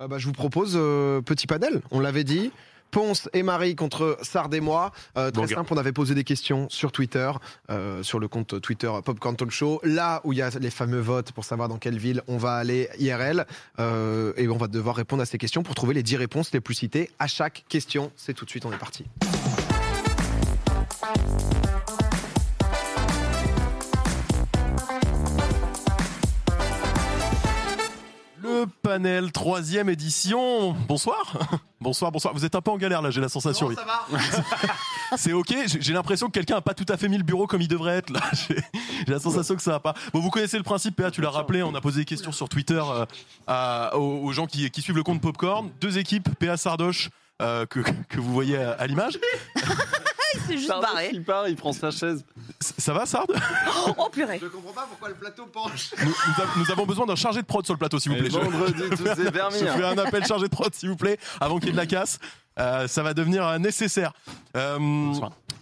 Euh, bah, je vous propose euh, petit panel. On l'avait dit. Ponce et Marie contre Sard et moi. Euh, très Banger. simple, on avait posé des questions sur Twitter, euh, sur le compte Twitter Popcorn Talk Show, là où il y a les fameux votes pour savoir dans quelle ville on va aller IRL. Euh, et on va devoir répondre à ces questions pour trouver les 10 réponses les plus citées à chaque question. C'est tout de suite, on est parti. Le panel troisième édition. Bonsoir. Bonsoir, bonsoir. Vous êtes un peu en galère là, j'ai la sensation. oui. C'est ok, j'ai j'ai l'impression que quelqu'un n'a pas tout à fait mis le bureau comme il devrait être là. J'ai j'ai la sensation que ça va pas. Bon, vous connaissez le principe, PA, tu l'as rappelé, on a posé des questions sur Twitter euh, à- aux, aux gens qui, qui suivent le compte Popcorn. Deux équipes, PA Sardoche, euh, que, que vous voyez à, à l'image. C'est juste Sardos barré. qui part, il prend sa chaise. C- Ça va, Sard Oh purée. Je comprends pas pourquoi le plateau penche. nous, nous av- nous avons besoin d'un chargé de prod sur le plateau, s'il vous Et plaît. Je- vendredi, tout est permis. Je hein. fais un appel chargé de prod, s'il vous plaît, avant qu'il y ait de la casse. Euh, ça va devenir euh, nécessaire. Euh,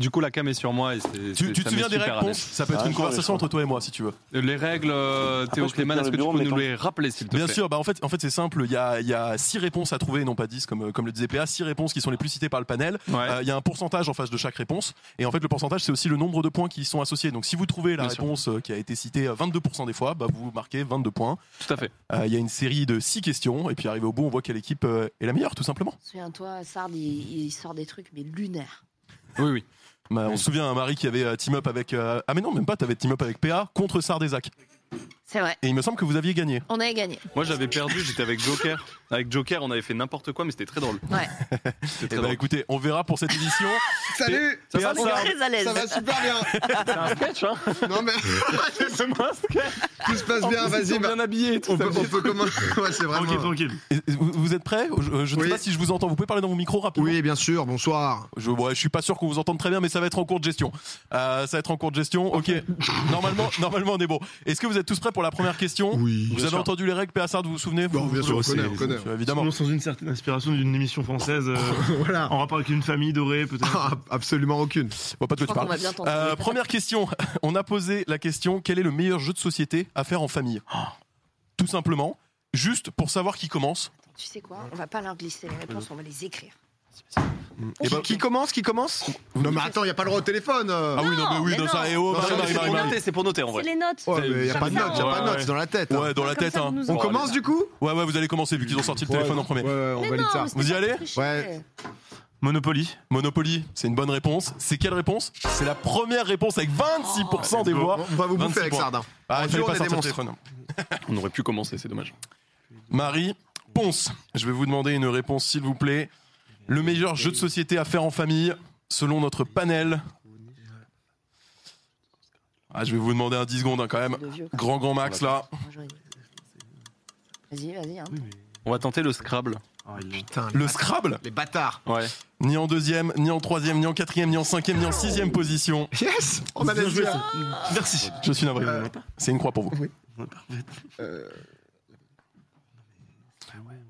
Du coup, la cam est sur moi. Et c'est- tu c'est- tu ça te souviens m'est des super à réponses Ça peut être Ah, une je vois, je conversation vois. entre toi et moi, si tu veux. l'aise. Les règles, euh, Théo Après, je peux Clément, tenir le est-ce que tu bureau en peux nous mettant- les rappeler, s'il te plaît Bien sûr, bah en fait, en fait c'est simple. Il y a, il y a six réponses à trouver, et non pas 10 comme, comme le disait PA, six réponses qui sont les plus citées par le panel. Ouais. Euh, Il y a un pourcentage en face de chaque réponse. Et en fait, le pourcentage, c'est aussi le nombre de points qui y sont associés. Donc si vous trouvez la Bien sûr. réponse euh, qui a été citée euh, 22% des fois, bah, vous marquez 22 points. Tout à fait. Euh, Il y a une série de six questions. Et puis arrivé au bout, on voit quelle équipe euh, est la meilleure, tout simplement. Souviens-toi, Sard, il, il sort des trucs, mais lunaires. Oui, oui. Bah, on se souvient, hein, Marie qui avait euh, team up avec. euh, Ah, mais non, même pas, t'avais team up avec PA contre Sardesac. C'est vrai. Et il me semble que vous aviez gagné. On avait gagné. Moi, j'avais perdu, j'étais avec Joker. Avec Joker, on avait fait n'importe quoi, mais c'était très drôle. Ouais. C'était Eh très bah, drôle. écoutez, on verra pour cette édition. Salut On PA est Sard- très à l'aise. Ça va super bien. C'est un sketch, hein. Non mais C'est moi, ce sketch. tout se passe bien, En plus, vas-y. ils sont bah, bien habillés et tout. on, ça peut, me on dit- peut commencer. Ouais, c'est vraiment. Et- et Vous, vous êtes prêts je, euh, je ne Oui. sais pas si je vous entends. Vous pouvez parler dans vos micros rapidement Oui, bien sûr, bonsoir. Je, ouais, je suis pas sûr qu'on vous entende très bien, mais ça va être en cours de gestion. Euh, ça va être en cours de gestion. Ok. normalement, normalement, on est bon. Est-ce que vous êtes tous prêts pour la première question Oui. Vous avez entendu les règles, PA Sard, vous vous souvenez Bon, Vous- bien vous- sûr, on c'est- connaît, on connaît. c'est- Évidemment. Sinon, sans une certaine inspiration d'une émission française euh, Voilà. en rapport avec une famille dorée, peut-être. Ah, Absolument aucune. Je vois pas de Je quoi crois tu qu'on parles. va bien t'entendre. Euh, première question. On a posé la question quel est le meilleur jeu de société à faire en famille Ah. Tout simplement, juste pour savoir qui commence. Tu sais quoi On va pas leur glisser les réponses, on va les écrire. Et ben, qui commence Qui commence Non, mais attends, il n'y a pas le droit au téléphone. euh. Ah oui, non, mais oui, mais dans non. ça. Eh oh, Non, Marie, non, Marie, C'est Marie, pour Marie. noter, c'est pour noter en C'est vrai. les notes. Ouais, mais il n'y a C'est- pas de c'est- note, il a pas de note, ouais, c'est dans la tête. hein. Ouais, dans la Comme tête. ça, hein. nous On aurons- commence du coup Ouais, ouais, vous allez commencer vu qu'ils ont sorti le téléphone en premier. Ouais, ouais, on Mais valide non, ça. mais c'était Vous y pas allez tricher. Ouais. Monopoly. Monopoly, c'est une bonne réponse. C'est quelle réponse C'est la première réponse avec 26% Ah, des voix. On va vous bouffer 26 avec hein. points. Sardin. Ah, il fallait Aujourd'hui, on pas est sortir des le monstres. téléphone. On aurait pu commencer, c'est dommage. Marie, Ponce, je vais vous demander une réponse s'il vous plaît. Le meilleur jeu de société à faire en famille, selon notre panel. Ah, je vais vous demander un 10 secondes hein, quand même. De vieux. Grand grand max là. Moi, j'aurais dit. Vas-y, vas-y. Hein. On va tenter le Scrabble. oh, Putain, les Le bâtards. Scrabble, Les bâtards. Ouais. ni en deuxième, ni en troisième, ni en quatrième, ni en cinquième, ni en sixième position. Yes On a des joueurs. Merci. Je suis navré. Euh. C'est une croix pour vous.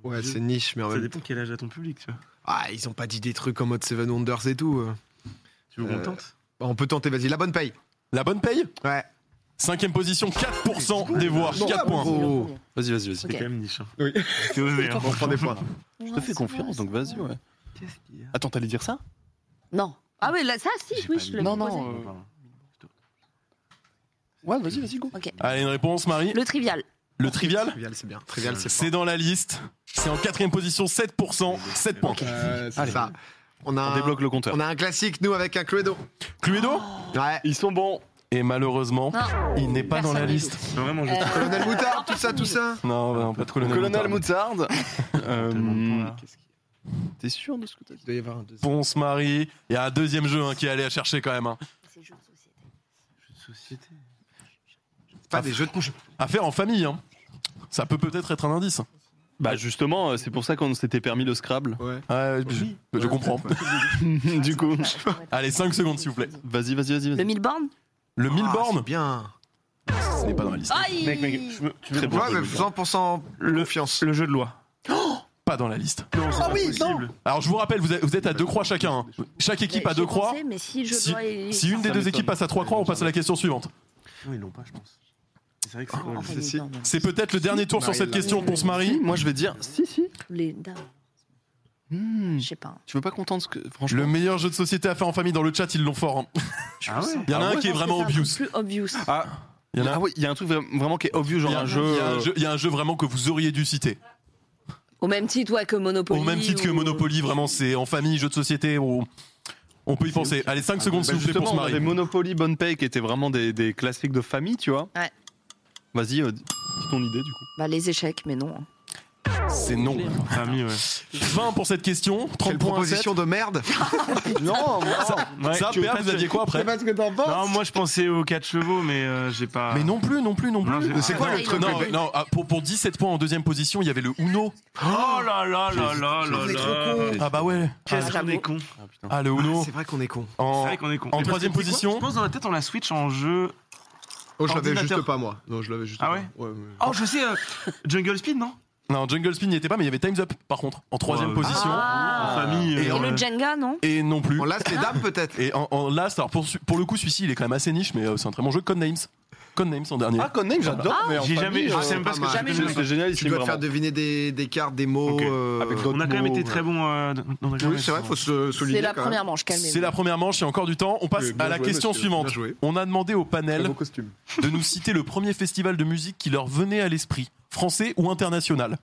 Ouais, c'est niche, mais en Ça même temps. dépend quel âge a ton public, tu vois. Ah, ils ont pas dit des trucs en mode Seven Wonders et tout. euh. Tu veux qu'on Euh, tente Bah, on peut tenter, vas-y, la bonne paye. La bonne paye Ouais. Cinquième position, 4% des voix, 4 points. C'est le Oh. premier. Vas-y, vas-y, vas-y. Ok. C'est quand même niche. Hein. Oui. C'est osé. On prend des points. Je te fais confiance, donc vas-y, ouais. Qu'est-ce qu'il y a Attends, t'allais dire ça Non. Ah oui, là, ça, si, oui, je l'ai Non, proposé. non. euh, Ouais, vas-y, vas-y, go. Ok. Allez, une réponse, Marie. Le trivial. Le trivial, Trivial, c'est bien. Trivial, c'est c'est dans la liste. C'est en quatrième position, 7%, 7 points. Euh, c'est Allez. ça. On a, On un, débloque le compteur. on a un classique, nous, avec un Cluedo. Cluedo Ouais. Ils sont bons. Et malheureusement, Non. il n'est pas dans la Personne liste. Vraiment, je Euh, Colonel Moutard, tout ça, tout ça. Non, bah non, pas de colonel. Colonel Euh, Montard. Moutarde. Euh, Tellement de points, là. T'es sûr de ce que t'as dit Il doit y avoir un deuxième. Ponce Marie. Il y a un deuxième jeu hein, qui est allé à chercher quand même. hein. C'est jeu de société. Jeu de société. Pas des jeux de couche. À faire en famille. hein. Ça peut peut-être être un indice. Bah justement, euh, c'est pour ça qu'on s'était permis le Scrabble. Ouais. Ouais, je, je comprends. du coup. Allez, 5 secondes, s'il vous plaît. Vas-y, vas-y, vas-y. Le vas-y. mille bornes Le mille Ah, bornes, c'est Bien. ce n'est pas dans la liste. Aïe Mec, mec, tu veux, tu veux Très le- bon. Ouais, mais 100% Le- confiance. Le jeu de loi. Pas dans la liste. Non, c'est Ah pas oui, possible. Alors je vous rappelle, vous êtes vous êtes à deux croix chacun. hein. Chaque équipe Mais a deux j'y croix. pensais, Mais si je Si- dois- Si une des Ça deux m'étonne. équipes passe à trois croix, on passe à la question suivante. Non, ils l'ont pas, je pense. C'est vrai que Oh, c'est enfin, si, les si. dents, non. C'est peut-être le dernier tour sur Marie, cette là. question qu'on se marie. Moi, je vais dire si, si. Les dents, Hmm, je sais pas. Tu veux pas contente ce que. Franchement. Le meilleur jeu de société à faire en famille dans le chat, ils l'ont fort. hein. Ah ouais Il y en a Ah un ouais, qui est Je pense vraiment que c'est un obvious. truc Plus obvious. Ah, Il y en a ah un- oui, il y a un truc vra- vraiment qui est obvious, genre il y a- un jeu. il y a un euh, jeu- Il y a un jeu vraiment que vous auriez dû citer. Au même titre ouais, que Monopoly. Au même titre que ou- Monopoly, vraiment, c'est en famille, jeu de société. On on peut y penser. Allez, 5 secondes bah s'il vous plaît pour justement, se on avait marier. Monopoly, Bonne Paye qui étaient vraiment des, des classiques de famille, tu vois. Ouais. Vas-y, euh, dis ton idée du coup. Bah, les échecs, mais non. Ah. C'est non. Famille, ouais. 20 pour cette question, 30 Quelle points à 7. proposition de merde Non, Ça, Pierre, vous aviez quoi après pas ce que t'en Non, moi je pensais aux 4 chevaux, mais euh, j'ai pas. Mais non plus, non plus, non Non, plus. j'ai- C'est quoi non, le truc, Non, le- non, ah, pour, pour 17 points en deuxième position, il y avait le Uno. Oh là là là là là On est là trop Ah bah ouais. Qu'est-ce qu'on Bravo. est con Ah le Uno. C'est vrai qu'on est con. C'est En- vrai qu'on est en con. Et parce que troisième tu sais quoi position Je pense dans la tête on la switch en jeu. Oh, je l'avais Ordinateur. juste pas, moi. Non, je l'avais juste Ah pas. ouais mais- Oh, je sais, euh, Jungle Speed, non Non, Jungle Spin n'y était pas, mais il y avait Time's Up par contre, en troisième Ouais. position. Ah. Famille. Et Et en- euh, le Jenga, non Et non plus. On lasse les dames, peut-être Et en, en last, alors pour, su- pour le coup, celui-ci il est quand même assez niche, mais euh, c'est un très bon jeu. Codenames. Codenames en dernier. Ah, Codename, j'adore. mais en J'ai jamais. famille, Je euh, sais même pas ce que pas c'est. mal. Jamais C'est génial, Tu dois te faire deviner des, des cartes, des mots. Ok. euh, Avec d'autres On a quand même mots, été ouais. très bons euh, dans- dans le Oui, c'est vrai, faut se souligner. C'est la quand première manche, calmez C'est la première manche, il y a encore du temps. On passe Oui, bien à la joué, question monsieur. même. suivante. Bien joué. On a demandé aux Très panels beau costume. de nous citer le premier festival de musique qui leur venait à l'esprit, français ou international.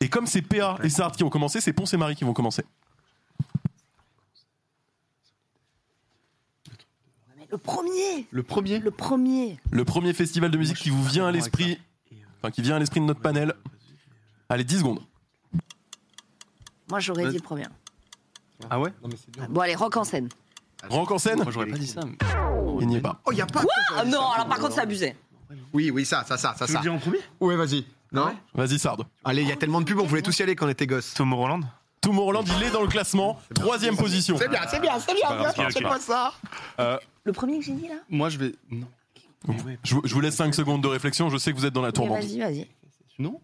Et comme c'est PA et Sard qui ont commencé, c'est Ponce et Marie qui vont commencer. Le premier Le premier. Le premier Le premier festival de musique Moi, je qui vous suis vient à d'accord avec l'esprit, enfin qui vient à l'esprit de notre panel. Allez, 10 secondes. Moi, j'aurais dit le premier. Ah ouais Bon, allez, rock en scène. Rank en scène Moi j'aurais pas dit ça. mais- Il n'y est pas. Oh, y a pas. Ah non, alors par contre, c'est abusé. Oui, oui, ça, ça, ça, ça. Tu veux ça. dire en premier Ouais, vas-y. Non Ouais. Vas-y, Sard. Allez, il y a tellement de pubs, on voulait tous y aller quand on était gosses. Tom Roland Tomorrowland, il est dans le classement. Troisième position. C'est bien, c'est bien, c'est bien. pas grave, bien, c'est C'est pas pas ça. Le premier que j'ai dit, là Moi je vais. Non. Je, vous- je vous laisse 5 secondes de réflexion. Je sais que vous êtes dans la Ok, tourmente. Vas-y, vas-y. Non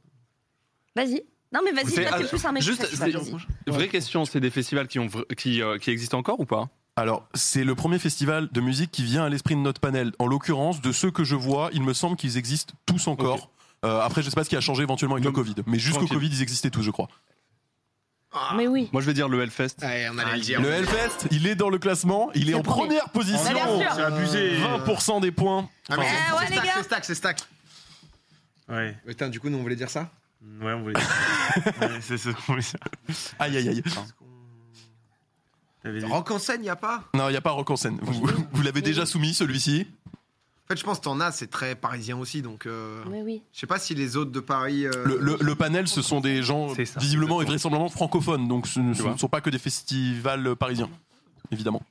Vas-y. Non, mais vas-y, C'est- là, ah, t'es plus un mec. Juste, qui fait, c'est- vas-y. vraie question, c'est des festivals qui, ont, vr- qui, euh, qui existent encore ou pas Alors, c'est le premier festival de musique qui vient à l'esprit de notre panel. En l'occurrence, de ceux que je vois, il me semble qu'ils existent tous encore. Euh, après, je sais pas ce qui a changé éventuellement avec le Covid, mais jusqu'au Tranquille. Covid, ils existaient tous, je crois. Mais oui. Moi je vais dire le Hellfest. Allez, Ah. on allait le dire. Le Hellfest, il est dans le classement, il est, C'est en le premier. première position. Mais bien sûr. C'est abusé 20% des points. Ah, mais Enfin, c'est- Eh ouais, c'est les stack, gars. c'est stack, c'est stack. Ouais. Putain, du coup, nous, on voulait dire ça Ouais, on voulait dire. Ouais, c'est ce qu'on voulait dire. aïe, aïe, aïe. T'avais dit. Rock en scène, y a pas Non, il n'y a pas Rock en scène. Vous, vous l'avez déjà soumis, celui-ci. En fait, je pense que t'en as, c'est très parisien aussi, donc. euh, Mais oui. Je sais pas si les autres de Paris. euh, Le, le- le panel, ce sont des gens C'est ça. visiblement et vraisemblablement francophones, donc ce ne Tu sont, vois. Ah, sont pas que des festivals parisiens, évidemment.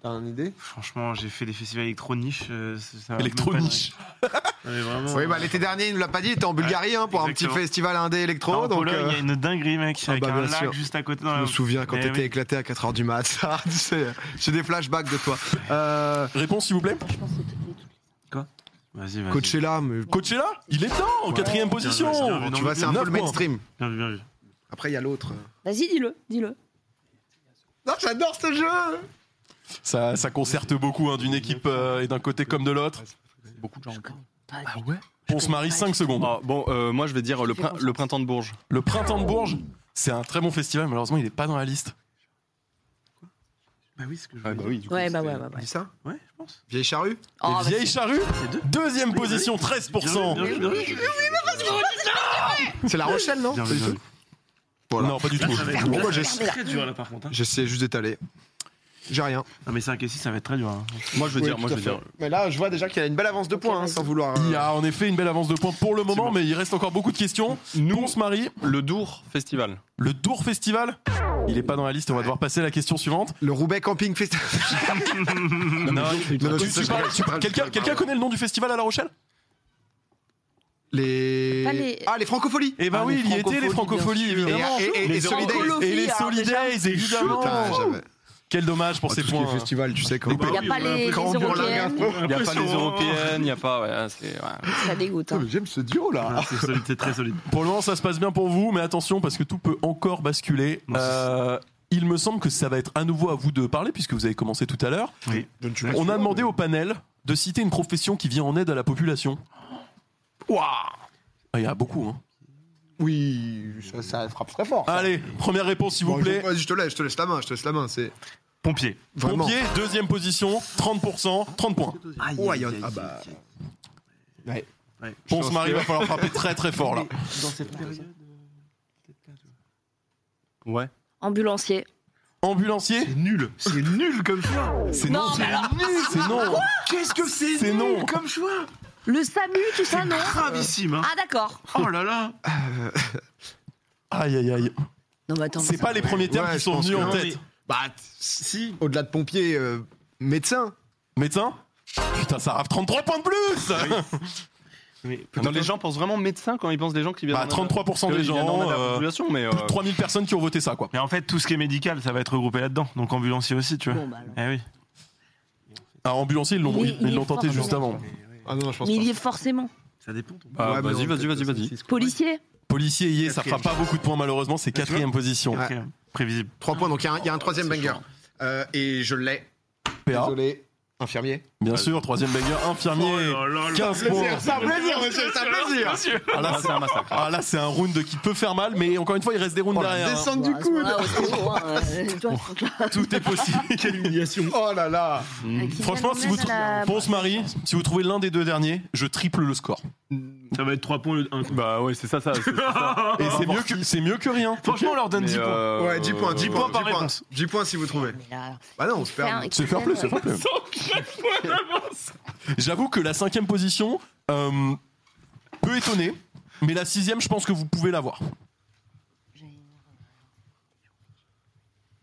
T'as une idée Franchement, j'ai fait des festivals électroniques. euh, c'est- ça va Électronique. pas- Ouais, Ah. vraiment. euh, Oui, bah l'été dernier, il nous l'a pas dit, il était en Bulgarie hein, pour un Exactement. petit festival indé électro. En donc, Pologne, il euh, y a une dinguerie, mec, Ah avec bah, un bien lac sûr. juste à côté. dans Je la- me euh, souviens quand Eh t'étais oui. éclaté à 4h du mat, ça, tu sais, j'ai des flashbacks de toi. Euh, Réponse, s'il vous plaît. Je pense que toutes les- toutes Vas-y, vas-y. Coachella, mais Coachella, il est temps, en quatrième position. bien joué, bien tu vois, c'est un Neuf peu le points. mainstream. Bien vu, bien vu. Après, il y a l'autre. les- Vas-y, dis-le, dis-le. Non, j'adore ce jeu Ça, ça concerte beaucoup hein, d'une équipe euh, et d'un côté comme de l'autre. Beaucoup de gens encore. Pas Ah du ouais On se marie 5 secondes. Ah, Bon, euh, moi je vais dire euh, le, prin- le printemps de Bourges. Le Printemps de Bourges, c'est un très bon festival, malheureusement, il n'est pas dans la liste. Bah oui, ce que je Ah bah oui, tout. Ouais, bah ouais, ouais, ouais. Dis ça Ouais, je pense. Vieille charrue Oh, Les Vieilles Charrues, C'est deux. deuxième Oui, position, 13%. Bien vu, bien vu, bien vu. C'est La Rochelle, non Bien vu, bien vu. Voilà. Non, pas du tout. Ah, Ça va être- Pourquoi ça va j'ai- être très dur là par contre. hein. J'essaie juste d'étaler. J'ai rien. Non mais 5 et 6 ça va être très dur. hein. Moi je veux Oui, dire, tout moi je à veux fait. dire. Mais là, je vois déjà qu'il y a une belle avance de points, hein, sans vouloir. euh, Il y a en effet une belle avance de points pour le moment, mais il reste encore beaucoup de questions. Nous, on se marie. Le Dour Festival. Le Dour Festival, il n'est pas dans la liste, on va devoir passer à la question suivante. euh, Le Roubaix Camping Festival. Non, tu- Non, non, tu je- je- parles- je- je- Ah, je- Quelqu'un je- quelqu'un connaît le nom du festival à La Rochelle Pas Les... les- Ah, les francopholies Eh ben Ah, oui, les il y était, les Francopholies, francopholies, bien Et, évidemment. et, et, et Solidays. Francopholies. Et les alors, Solidays, Putain, évidemment. j'avais- Quel dommage pour ces Bah, Tout ce qui est points. hein. festival, tu sais quand Il y a pas hein. les- Quand on les bourre la européennes. gueule. Il n'y a pas les Impressionnant. européennes, il n'y a pas. ouais, ah, c'est- ouais. Ça dégoûte. hein. Oh, J'aime ce duo là. Ah, C'est solide, c'est très solide. Pour le moment, ça se passe bien pour vous, mais attention parce que tout peut encore basculer. Non, c'est- Euh, il me semble que ça va être à nouveau à vous de parler puisque vous avez commencé tout à l'heure. Oui. Je ne suis On a demandé au panel de citer une profession qui vient en aide à la population. Ouah Ah, Il y en a beaucoup. hein. Oui, ça, ça frappe très fort. ça. Allez, première réponse, s'il vous Bon, je- plaît. vas-y, Je, te laisse, je te laisse la main, je te laisse la main. C'est Pompier. vraiment. Pompier, deuxième position, 30%, 30 points. Aïe, Oh, aïe, aïe, ah bah. Bon, pense ce mari, va falloir frapper très très fort là. Dans cette période. Ouais. Ambulancier. Ambulancier C'est nul. C'est nul comme choix. C'est Non, non. mais alors, C'est non. Qu'est-ce que c'est C'est nul non. comme choix le SAMU, tout ça, non Gravissime. Hein. Ah, d'accord. Oh là là. Aïe aïe aïe. Non, mais attends. C'est pas les premiers termes Ouais, qui je sont pense venus que- en Non, tête. Bah, Si. au-delà de pompier, euh, médecin. Médecin Putain, ça rave 33 points de plus Bah, Mais Non, les gens pensent vraiment médecin quand ils pensent des gens qui viennent. Bah, en- 33% Ils des viennent en aide gens, à la euh, population, mais. euh, plus de 3000 personnes qui ont voté ça quoi. Mais en fait, tout ce qui est médical, ça va être regroupé là-dedans. Donc ambulancier aussi, tu vois. Bon, bah, alors. Eh oui. Un ambulancier, ils l'ont Il est- ils il l'ont est tenté fort, juste le avant. Ah non, non, je pense Mais pas. il y est forcément. Ça dépend. ton- Ah, Ouais, mais vas-y, non, vas-y, peut-être vas-y, vas-y. aussi, Policier. Policier, yé, ça fera Quatrième. pas beaucoup de points malheureusement, c'est tu vois quatrième position. Ouais. Quatrième. Prévisible. 3 points, donc il y a un- il y, a un troisième c'est banger. Euh, et je l'ai. PA, Désolé. Infirmier. bien sûr, troisième banger, infirmier, Oh là là là. 15 points. un plaisir, monsieur, c'est un plaisir. Ah là, c'est un massacre. Ah là, c'est un round de- qui peut faire mal, mais encore une fois, il reste des rounds Oh, la derrière. hein. descente du coude. bah, hein. euh, Tout est possible. Quelle humiliation. Oh là là. Mm. Franchement, si vous trou- Ponce Marie, si vous trouvez l'un des deux derniers, je triple le score. Ça va être 3 points le 1. Bah ouais, c'est ça, ça. c'est- c'est ça. Oh, Et c'est mieux que c'est mieux que rien. Franchement, on leur donne Mais, 10 points. euh, Ouais, 10 points, 10 euh, points, par 10 points. réponse. 10 points si vous trouvez. Bah non, on se perd. C'est fair play, c'est fair play. J'avoue que la cinquième position, euh, peu étonné, mais la sixième, je pense que vous pouvez l'avoir.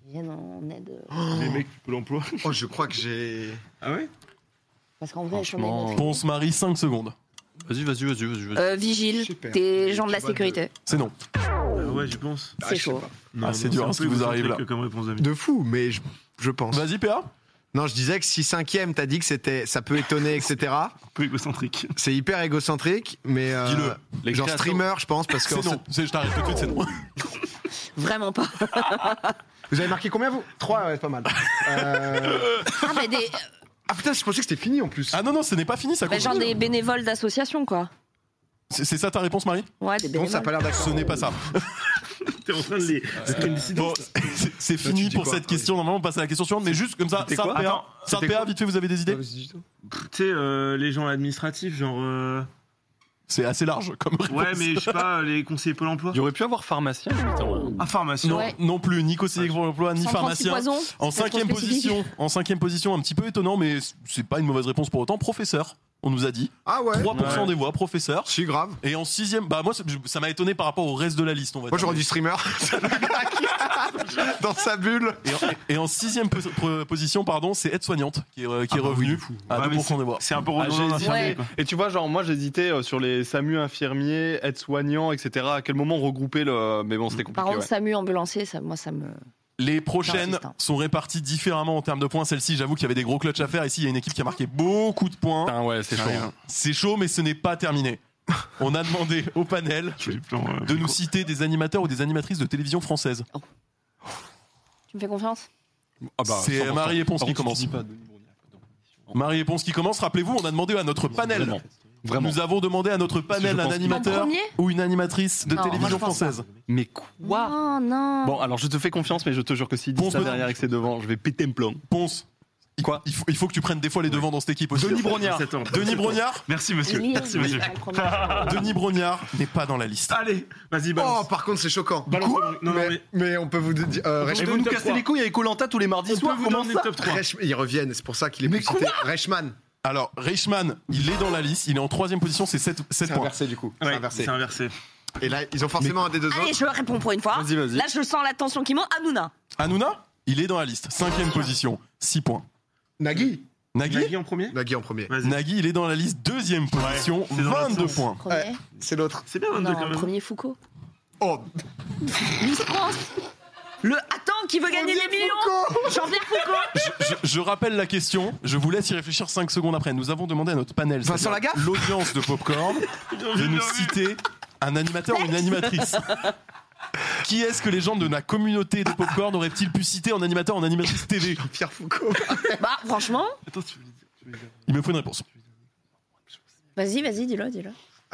Viens en aide. euh, Les mecs, tu peux l'emploi. Oh, je crois que j'ai. Ah ouais Parce qu'en vrai, je suis en aide. Franchement. Ponce Marie, 5 secondes. Vas-y, vas-y, vas-y, vas-y. vas-y. Euh, vigile, Super. des gens de la Tu vois de- sécurité. C'est non. Ouais, je pense. Ah, C'est je sais chaud. pas. Ah, c'est dur, hein, ce qui vous arrive là. Comme réponse d'ami. De fou, mais je, je pense. Vas-y, PA. Non, je disais que si cinquième, t'as dit que c'était, ça peut étonner, etc. Un peu égocentrique. C'est hyper égocentrique, mais euh, Dis-le. Les genre créations- streamer, je pense, parce que C'est non. C'est- Je t'arrête tout de suite, c'est non. Vraiment pas. vous avez marqué combien vous Trois, ouais, c'est pas mal. Euh, Ah, mais des, Ah putain, je pensais que c'était fini en plus. Ah non, non, ce n'est pas fini, ça bah, genre continue. des bénévoles d'association, quoi. C'est c'est ça ta réponse, Marie Ouais, des bon, bénévoles. ça a pas l'air Ce d'accord. Ah, n'est pas ça. T'es en train de les. Bon, c'est- c'est fini tu dis pour quoi cette Ah oui. question. Normalement, on passe à la question suivante, mais juste comme ça, C'était ça, quoi PA. Attends, Ça, c'était PA, quoi vite fait, vous avez des Bah, idées Tu sais, euh, les gens administratifs, genre. euh, C'est assez large comme réponse. Ouais, mais je sais pas, les conseillers Pôle emploi. Il y aurait pu avoir ppharmacien. putain. Ah, pharmacien. Non, Ouais. non plus, ni conseiller pour l'emploi, ni 136 pharmacien. poisons, En c'est trop cinquième spécifique. position, en cinquième position, un petit peu étonnant, mais c'est pas une mauvaise réponse pour autant. Professeur, on nous a dit Ah ouais 3% Ouais. des voix, professeur. Je suis grave. Et en sixième, bah moi ça- ça m'a étonné par rapport au reste de la liste, on va Moi, dire. j'aurais dit streamer. C'est le gars qui- Dans sa bulle. Et en, et en sixième po- pro- position, pardon, c'est aide-soignante qui est, Ah euh, qui est bah revenue à Ouais, mais 2% des voix. C'est un peu Ah, j'ai redondant hésité. d'infirmier, Ouais. quoi. Et tu vois, genre, moi j'hésitais euh, sur les SAMU infirmiers, aides-soignants, etc. À quel moment regrouper le. Mais bon, c'était Mm. Par compliqué. contre, ouais. SAMU, ambulancier, ça, moi, ça me. Les prochaines Assistant. sont réparties différemment en termes de points. Celle-ci, j'avoue qu'il y avait des gros clutches à faire. Ici, il y a une équipe qui a marqué beaucoup de Hein points. Putain, ouais, c'est chaud. J'arrive. C'est chaud, mais ce n'est pas terminé. On a demandé au panel J'ai peur, euh, de micro. nous citer des animateurs ou des animatrices de télévision française. Tu me fais confiance Ah bah, c'est 100%. Marie Éponce Par qui contre, commence. tu dis pas Denis Brogniart. Marie Éponce qui commence. Rappelez-vous, on a demandé à notre panel. Vraiment. Vraiment. Nous avons demandé à notre panel je un pense- En animateur premier ou une animatrice Non, de moi, je télévision pense française. Mais quoi Non, non. Bon, alors je te fais confiance, mais je te jure que si Bon, dit ça peut- derrière et que c'est devant, je vais péter un plomb. Ponce. il- Quoi il faut, il faut que tu prennes des fois les devants dans cette équipe aussi. Denis Brognard. 17 ans. Denis Brognard Merci, monsieur. Oui, Merci, oui, monsieur. pas le premier. Denis Brognard n'est pas dans la liste. Allez, vas-y, Oh, balance. par contre, c'est choquant. Balance Quoi ton- non, non, mais, mais- mais on peut vous dire. euh, Reich- vous nous cassez les couilles avec Colanta tous les mardis On peut vous donner le top 3. Reich- Ils reviennent, c'est pour ça qu'il est Mais plus cité. Reichmann. Alors, Reichmann, il est dans la liste. Il est en troisième position, c'est 7, points. du coup. Ouais, C'est inversé. Et là, ils ont forcément un des deux Allez, autres. je réponds pour une fois. Vas-y, vas-y. Là, je sens la tension qui monte. Hanouna. Hanouna, il est dans la liste. Cinquième position, 6 points. Nagui. Nagui Nagui en premier Nagui en premier. Vas-y. Nagui, il est dans la liste. Deuxième position, c'est dans l'autre 22 sens. points. Premier. Ouais. C'est l'autre. C'est bien, 22 non, quand même. premier Foucault. Oh, Miss France. Le attends qui veut gagner des millions. Jean-Pierre Foucault. Je, je rappelle la question, je vous laisse y réfléchir 5 secondes après. Nous avons demandé à notre panel, Vincent c'est-à-dire Lagaffe l'audience de Popcorn, de nous citer un animateur ou une animatrice. Qui est-ce que les gens de la communauté de Popcorn auraient-ils pu citer en animateur, en animatrice TV Pierre Foucault. bah, franchement, Attends, tu veux les dire. Il me faut une réponse. Vas-y, vas-y, dis-le, dis-le.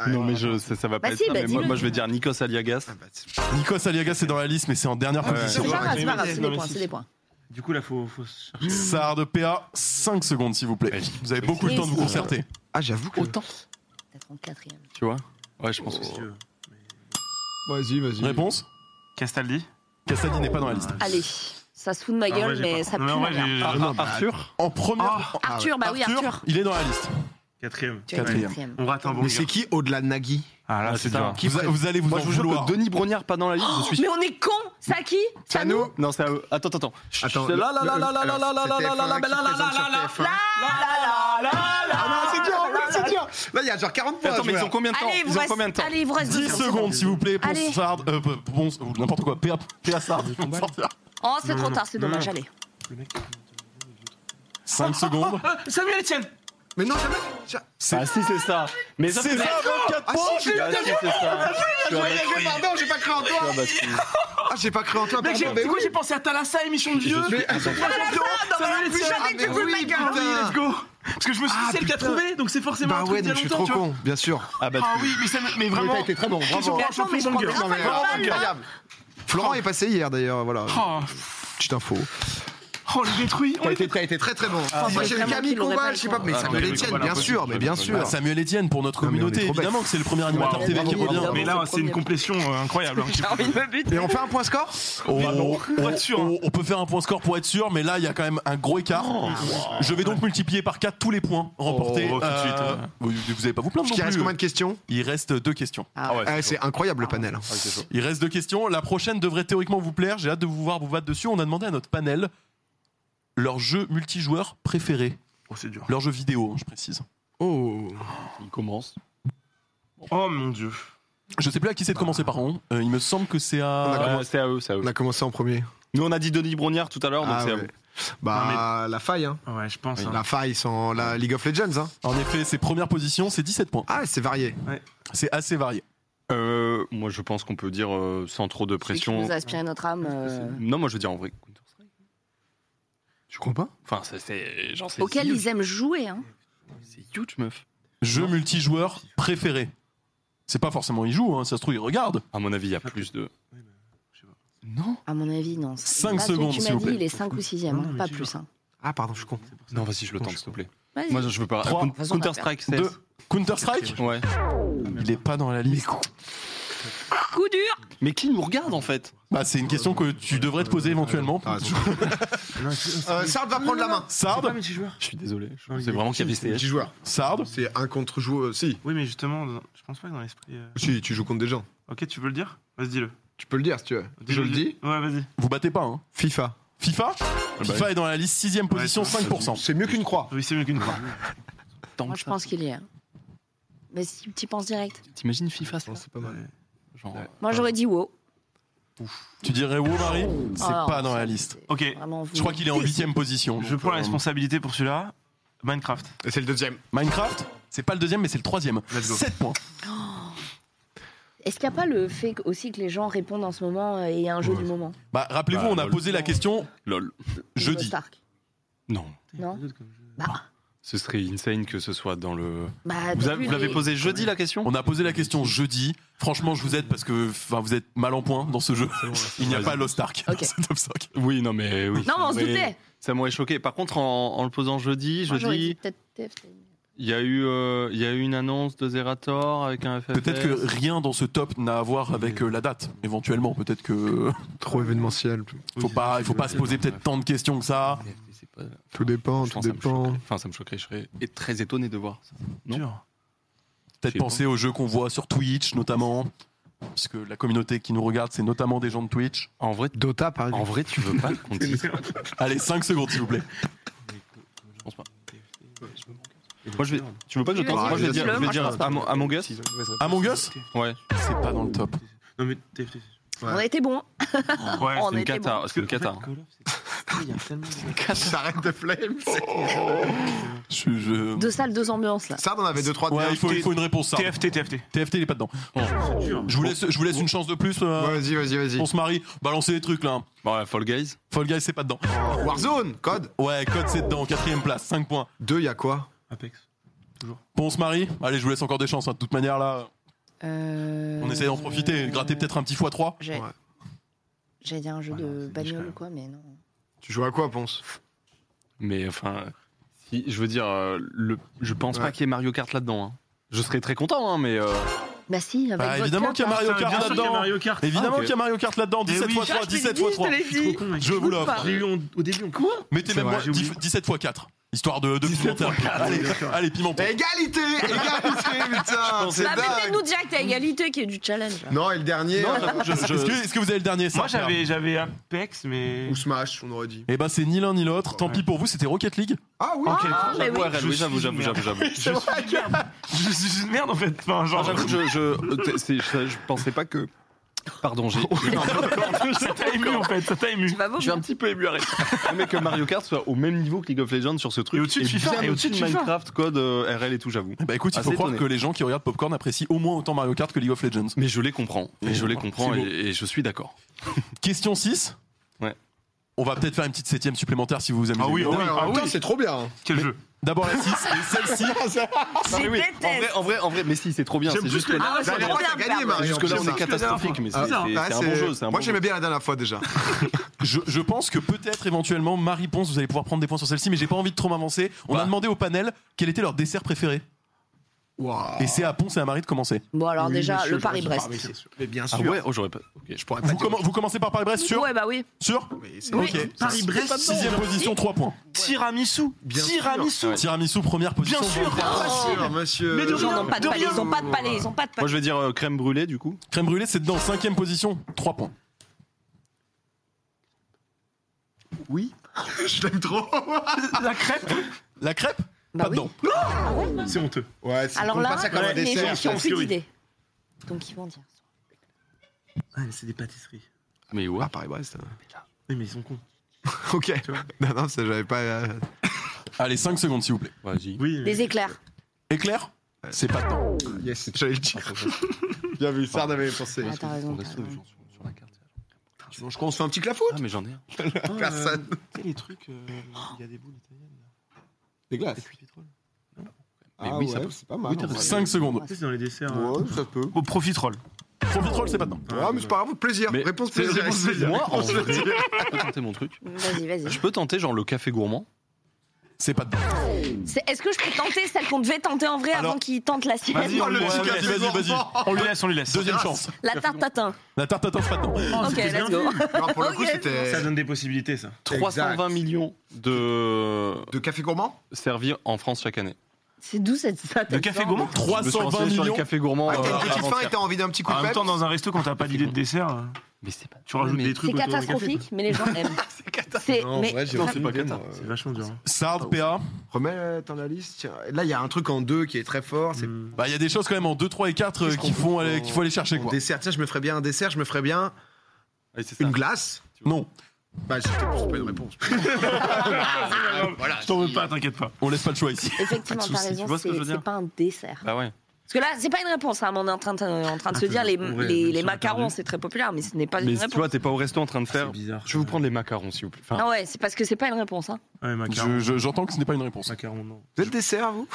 Non, mais je, ça, ça va pas Bah être si, ça, bah mais dis-le. moi, moi, je vais dire Nikos Aliagas. Ah bah, c'est- Nikos Aliagas c'est dans la liste, mais c'est en dernière Ah ouais. position. C'est pas grave, c'est pas grave, c'est Non, des mais points, si. c'est des points. Du coup, là, faut, faut se chercher. Sard de PA, 5 secondes s'il vous plaît. Vous avez beaucoup de temps de vous concerter. Ah, j'avoue que. Autant. Peut-être en quatrième. Tu vois Ouais, je pense que Si tu veux. Vas-y, vas-y. Réponse Castaldi Castadi n'est pas dans la liste. Allez, ça se fout de ma Ah, en gueule, vrai, j'ai mais pas- ça pue Non, mais en la vrai, merde. j'ai- j'ai- Ah, Arthur En première. Ah. Arthur, bah oui, Arthur. il est dans la liste. Ah, Quatrième. Tu es Quatrième. quatrième. On rate un bon Mais c'est gars. qui au-delà de Nagui Ah là, c'est dur. Vous, vous allez vous Moi, en je vous jure vouloir. que Denis Brognard pas dans la liste, je suis Oh, Mais on est con C'est à qui C'est à nous Non, c'est à eux. Attends, attends, Attends, attends. Là, là, là, là, là, là, là, là, là, là, là, là, là, là, là, là, là. Ah non, c'est dur, en plus, c'est dur. Là, il y a genre 40 points. à Attends, mais jouer, ils ont là. combien de temps Allez, il vous Ils ont reste- combien de temps Allez, il vous reste 10 secondes s'il vous plaît pour Allez. Sard. euh, pour- pour- ou N'importe quoi. PA, PA Sard. Oh, c'est Non, trop non, tard, c'est non, dommage, non. allez. 5 secondes. Samuel Etienne Mais non, jamais. tiens. Ah si, c'est ça. Mais ça, C'est ça, 24 Ah, points si, je l'ai Ah, si, c'est ça. Tu as battu. joué, pardon, j'ai pas cru en Tu toi. as battu. Ah, j'ai pas cru en toi, Mec, j'ai pardon. Mais c'est quoi, oui. j'ai pensé à Thalassa, émission de vieux Mais- Ah, bah. Ah, Samuel plus Etienne. jamais tu Ah, fous de oui, ma gueule. oui, Let's go Parce que je me suis dit, Ah, c'est elle qui a putain. trouvé, donc c'est forcément un Bah truc ouais, d'il y a donc je suis longtemps, trop tu vois. con, bien sûr. Ah, battu. Ah oui, mais, ça, me- mais Oui, vraiment. t'as été très bon, bravo. Question Attends, mais je pour crois Non, un mais Ah, vraiment, pas mal, incroyable. Florent est passé hier d'ailleurs, voilà. Oh, Petite info. oh, le détruit on T'as est- été, t'as été très très bon. Moi j'ai vraiment Camille qu'il aurait pas Combal, le je sais pas, temps. mais Ah, ça non, me mais l'Étienne, Combal, bien impossible, sûr, mais bien Combal. sûr. Bah, Samuel Etienne pour notre Non, mais on est communauté, trop bêtes. évidemment que c'est le premier animateur Bravo, TV qui bravo, revient. bravo. Mais là, c'est une complétion euh, incroyable. hein. Et on fait un point score On, pour être sûr, hein. on- on peut faire un point score pour être sûr, mais là il y a quand même un gros écart. Je vais donc multiplier par 4 tous les points remportés. Oh, tout de Euh, suite, hein. vous, vous avez pas vous plaindre non Il reste plus. combien de questions Il reste deux questions. Ah ouais, Ah, c'est chaud. C'est incroyable le panel. hein. Ah, c'est chaud. Il reste deux questions. La prochaine devrait théoriquement vous plaire. J'ai hâte de vous voir vous battre dessus. On a demandé à notre panel leur jeu multijoueur préféré, Oh, c'est dur. leur jeu vidéo, hein, je précise. Oh Il commence. Oh mon dieu. Je sais plus à qui c'est de commencer par contre. Euh, il me semble que c'est On a à. commencé. Euh, C'est à eux, c'est à eux. On a commencé en premier. Nous, on a dit Denis Brognard tout à l'heure, donc Ah, c'est à ouais. vous. Bah, la faille, hein. Ouais, je pense. hein. La faille sans la League of Legends, hein. En effet, c'est première position, c'est 17 points. Ah, c'est varié. C'est assez varié. Euh, moi, je pense qu'on peut dire euh, sans trop de Celui qui pression. nous a aspiré notre âme. euh, Non, moi, je veux dire en vrai. Counter-Strike. Tu crois pas Enfin, c'est- c'est genre c'est Auquel huge. ils aiment jouer, hein. C'est huge, meuf. Jeu multijoueur préféré. C'est pas forcément il joue, hein, ça se trouve il regarde. À mon avis, il y a plus de. Non. À mon avis, non. c'est- Cinq là, celui secondes, que Tu s'il m'as vous dit, plaît. il est 5 ou 6 Non, e mais pas tu plus. hein. Ah, pardon, je suis con. Non, vas-y, je le tente, s'il te plaît. Vas-y. Moi, je veux pas. Trois. Coun- De toute façon, on va Counter-Strike, c'est. Deux. Counter-Strike Ouais. Il est pas dans la liste. Coup dur Mais qui nous regarde en fait Bah, c'est une question que tu devrais te poser éventuellement. Ah, c'est chaud. Non, c'est- Euh, Sard va prendre la main. C'est Sard, pas multijoueur. Je suis désolé. Non, il C'est est vraiment qu'il y avait Petit CS. joueur. Sard, C'est un contre-joueur. euh, Si. Oui, mais justement, dans- je pense pas que dans l'esprit. euh, Si, tu joues contre des gens. Ok, tu veux le dire Vas-y, dis-le. Tu peux le dire si tu veux. Je Dis-le, le dis. Ouais, vas-y. vous battez pas. Hein. FIFA. FIFA FIFA est dans la liste 6 position, Ouais, ça, 5%. C'est mieux qu'une croix. Oui, c'est mieux qu'une fois. Moi, je pense qu'il y est. hein. Mais si tu penses direct. T'imagines FIFA c'est Non, là c'est pas mal. Genre. Ouais. Moi, j'aurais dit wow. Tu dirais wow, Marie Oh. C'est Ah, pas dans c'est- la liste. Ok, Vraiment, vous- Je crois qu'il est en 8 position. je donc, prends la euh, responsabilité pour celui-là. Minecraft. Et c'est le deuxième. Minecraft, c'est pas le deuxième, mais c'est le troisième. Let's go. 7 points. Est-ce qu'il n'y a pas le fait que- aussi que les gens répondent en ce moment euh, et il y a un jeu Ouais. du moment Bah, rappelez-vous, Bah, on a lol. posé la question LOL. jeudi. Stark. Non. Non Bah, Ce serait insane que ce soit dans le. bah, Vous t'as avez- vu vous l'avez les- posé jeudi la question On a posé la question jeudi. Franchement, je vous aide parce que enfin, vous êtes mal en point dans ce jeu. Il n'y a Vas-y. pas Lost Ark. Ok. C'est top 5. Oui, non, mais Eh oui. Non, mais on se Mais doutait. Ça m'aurait choqué. Par contre, en, en le posant jeudi, Moi, j'aurais dit jeudi, peut-être TFT. il y, a eu, euh, il y a eu une annonce de Zerator avec un FFS. Peut-être que rien dans ce top n'a à voir avec euh, la date, éventuellement. Peut-être que Trop événementiel. faut pas, il faut pas se poser peut-être tant de questions que ça. C'est pas- Tout dépend, Je tout pense que ça me dépend. choquerait. Enfin, ça me choquerait. Je serais et- très étonné de voir ça. Non. Dur. Peut-être Je sais pas. penser aux jeux qu'on voit sur Twitch, notamment, parce que la communauté qui nous regarde, c'est notamment des gens de Twitch. En vrai, Dota, par en exemple. vrai tu veux pas qu'on te dise. Allez, 5 secondes, s'il vous plaît. Je pense pas. Moi, je vais- Tu veux pas que je Vas-y, tente Moi, je vais vas-y, dire, je vais dis-le, dire moi, Am- Among Us. Among Us, Ouais. c'est pas dans le top. Non, mais TFT. Ouais. On a été hein. bon. Ouais, On Oh, C'est une était bon. cata. C'est une cata. Ah, Il y a tellement de- S'arrête de flame. Je, suis- je- Deux salles, deux ambiances là. Ça, on en avait deux, trois Ouais, il faut, il faut une réponse, ça. TFT, TFT. TFT, il est pas dedans. Bon. C'est dur. Je vous laisse, je vous laisse une chance de plus. euh, Ouais, vas-y, vas-y, vas-y. On se marie. Balancez des trucs, là. hein. Voilà, Fall Guys. Fall Guys, c'est pas dedans. Warzone, code. Ouais, code, c'est dedans. Quatrième place, 5 points. Deux, il y a quoi Apex. Bon, on se marie. Allez, je vous laisse encore des chances. hein. De toute manière, là, Euh, on essaie d'en profiter. Gratter peut-être un petit x3. J'ai- Ouais. J'allais dire un jeu Ouais, de c'est niche, quand bagnole même. ou quoi, mais non. Tu joues à quoi, Ponce Mais enfin, si, je veux dire, euh, le, je pense Ouais. pas qu'il y ait Mario Kart là-dedans. hein. Je serais très content, hein, mais euh, Bah si, avec Bah, votre évidemment club, qu'il y a hein. Mario Putain, Kart bien sûr qu'il y a là-dedans. Mario Kart. Eh Évidemment Ah, ok. qu'il y a Mario Kart là-dedans. 17 oui, x Ah, 3, je te l'ai 17 dit, x je te 3. l'ai dit. Con, mec. Je vous l'offre. J'ai eu honte au début. on- Quoi Mettez C'est même vrai, moi Ah, j'ai oublié. 10 17 x 4. Histoire de, de pimenter un peu. Allez, allez, pimentons. Égalité, égalité, putain. C'est Bah dingue. mettez-nous direct à égalité qui est du challenge. là. Non, et le dernier. Non, euh, j'avoue, je- je- Est-ce que, est-ce que vous avez le dernier ça Moi Pierre j'avais j'avais Apex, mais. Ou Smash, on aurait dit. Eh ben, c'est ni l'un ni l'autre. Tant Ouais. pis pour vous, c'était Rocket League. Ah oui. En quel- Ah, mais j'avoue, oui. Arel, Je oui, j'avoue, suis une j'avoue, j'avoue, j'avoue. Je suis une merde. Je suis une merde en fait. Enfin, Non, genre, j'avoue que je, je, euh, t'es- c'est- je, je pensais pas que. Pardon, j'ai. ça t'a ému en fait. Ça t'a ému. Tu vas vomir. un petit peu ému, arrête. mais que Mario Kart soit au même niveau que League of Legends sur ce truc. Et au-dessus de FIFA, bien et au-dessus de FIFA. Minecraft, code euh, RL et tout, j'avoue. Eh ben, écoute, il Ah, faut c'est croire étonné. que les gens qui regardent Popcorn apprécient au moins autant Mario Kart que League of Legends. Mais je les comprends. Et Et je Oh, les voilà, comprends c'est et, beau. et je suis d'accord. Oh, Question 6. Ouais. On va peut-être faire une petite septième supplémentaire si vous vous amusez. Ah oui, Ouais, en même ah temps, oui. c'est trop bien. hein. Quel jeu D'abord la 6 et celle-ci. Ah, Je mais oui, en vrai, déteste. en vrai, en vrai, mais si, c'est trop bien. J'aime C'est plus juste que que la là, Ah ouais, La c'est dernière trop fois, bien. t'as gagné, pardon. Mario. jusque-là, on C'est est ça. catastrophique, mais c'est Ah, c'est- c'est ouais, un bon c'est- jeu. c'est un Moi, bon j'aimais jeu. bien la dernière fois déjà. Je, je pense que peut-être éventuellement ma réponse, vous allez pouvoir prendre des points sur celle-ci, mais j'ai pas envie de trop m'avancer. On a Bah. demandé au panel quel était leur dessert préféré. Waouh. Et c'est à Ponce et à Marie de commencer. Bon alors Oui, déjà, monsieur, le Paris-Brest. j'aurais dû parler, Mais bien Ah sûr. ouais, oh, j'aurais pas. ok. Je pourrais pas Bah, Vous, dire. commen- vous commencez par Paris-Brest sur Ouais bah oui. Sur mais c'est- Oui. Ok. Paris-Brest, Sixième position, 3 points. Tiramisu. Bien Tiramisu. Ouais. Tiramisu, première position. Bien sûr. Bien sûr, monsieur. Mais de Les gens rien, n'ont pas de de palais, rien. ils ont pas de palais, ils ont pas de Moi, palais. je vais dire euh, crème brûlée, du coup. Crème brûlée, c'est dedans. Cinquième position, 3 points. Je l'aime trop. La crêpe. La crêpe Bah Pas oui. dedans. Ah ouais. C'est honteux. Ouais, c'est Alors on là, passe ça comme un les gens dessert. qui ont parce que plus oui. d'idées. Donc ils vont dire. Ah, mais c'est des pâtisseries. Mais ouais. Ah, Paris-Brest. Oui, mais ils sont cons. Ok. Tu vois. Non, non, ça, j'avais pas. euh, Allez, 5 secondes, s'il vous plaît. Vas-y. Oui. mais- Des éclairs. Éclair C'est pas dedans. Yes, j'allais le dire. Bien vu, ça, on avait pensé. Ah, t'as raison. t'as raison. sur la carte. Je crois qu'on se fait un petit clafou. Ah, mais j'en ai un. Oh, personne. euh, Tu sais, les trucs. euh, Il y a des boules italiennes. là. Des glaces. Ah Et puis pétrole. Mais oui, ça peut. c'est pas mal. Oui, t'as en vrai. raison. 5 secondes. Tu sais, c'est dans les desserts. euh, Ouais, ça peut. Au profiterole. Profiterole, c'est pas dedans. Ah, mais c'est pas grave, au plaisir. Mais- Réponse C'est- plaisir. réponse plaisir. Moi, en vrai, je peux tenter mon truc. Vas-y, Je vas-y. peux tenter, genre, le café gourmand. C'est pas dedans. C'est- Est-ce que je peux tenter celle qu'on devait tenter en vrai Alors- avant qu'ils tentent la sienne Vas-y, on le Ouais, laisse. vas-y, vas-y, vas-y. On lui laisse, on lui laisse. Deuxième chance. La tarte tatin. La tarte tatin, c'est pas dedans. Oh, Ok, c'était let's bien go. vu. Non, pour le Ok, coup, Ça c'était donne des possibilités, ça. 320 millions de de café gourmand. servis en France chaque année. C'est d'où cette ça Le café gourmand 320 sur les millions. cafés gourmands. Ah, euh, T'as une petite faim et avant-hier. t'as envie d'un petit coup En de même peps. temps, dans un resto, quand t'as pas d'idée de dessert, euh, Mais c'est pas. tu rajoutes mais- des trucs. C'est autour du café. catastrophique, mais les gens aiment. C'est Non, en mais vrai, j'ai grave. aucune pas idée, Qatar. moi. C'est vachement dur. hein. Sard, PA. Remets euh, dans la liste. tiens. Là, il y a un truc en deux qui est très fort. C'est Mm. Bah, il y a des choses quand même en 2, 3 et 4 euh, qu'il faut, aller- qu'il faut aller chercher, mon quoi. dessert. Tiens, je me ferais bien un dessert, je me ferais bien Ouais, c'est ça. une glace. Non, Bah, c'était c'est pas une réponse. Ah, Je t'en veux pas, t'inquiète pas. on laisse pas le choix ici. Effectivement, t'as raison, Tu vois ce que je c'est veux c'est dire pas un dessert. Bah ouais. Parce que là, c'est pas une réponse. hein, mais On est en train de, en train de se Attends, dire les, en vrai, les, même les si on a macarons, perdu. c'est très populaire, mais ce n'est pas Mais une tu vois, réponse. hein. t'es pas au resto en train de Ah, C'est faire. bizarre. Je vais vous prendre les macarons, s'il vous plaît. Enfin, Ah ouais, c'est parce que c'est pas une réponse. Hein. Ouais, Je- macaron. je- J'entends que ce n'est pas une réponse. Macaron, non. Vous êtes dessert, vous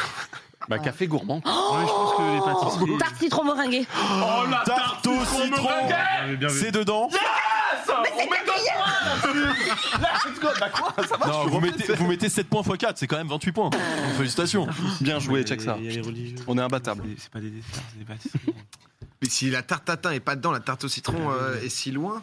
bah, café gourmand. Ouais, je pense que les pâtisseries. Tarte citron meringuée. Oh la Tarte au citron Bien vu, bien vu. C'est dedans. Non, vous mettez, vous mettez 7 points x 4, c'est quand même 28 points. Donc, Félicitations. Bien joué, Il y a check ça. les- il y a les religieux. On est imbattable. C'est des- C'est pas des desserts, c'est des pâtisseries. Mais si la tarte tatin est pas dedans, la tarte au citron euh, est si loin.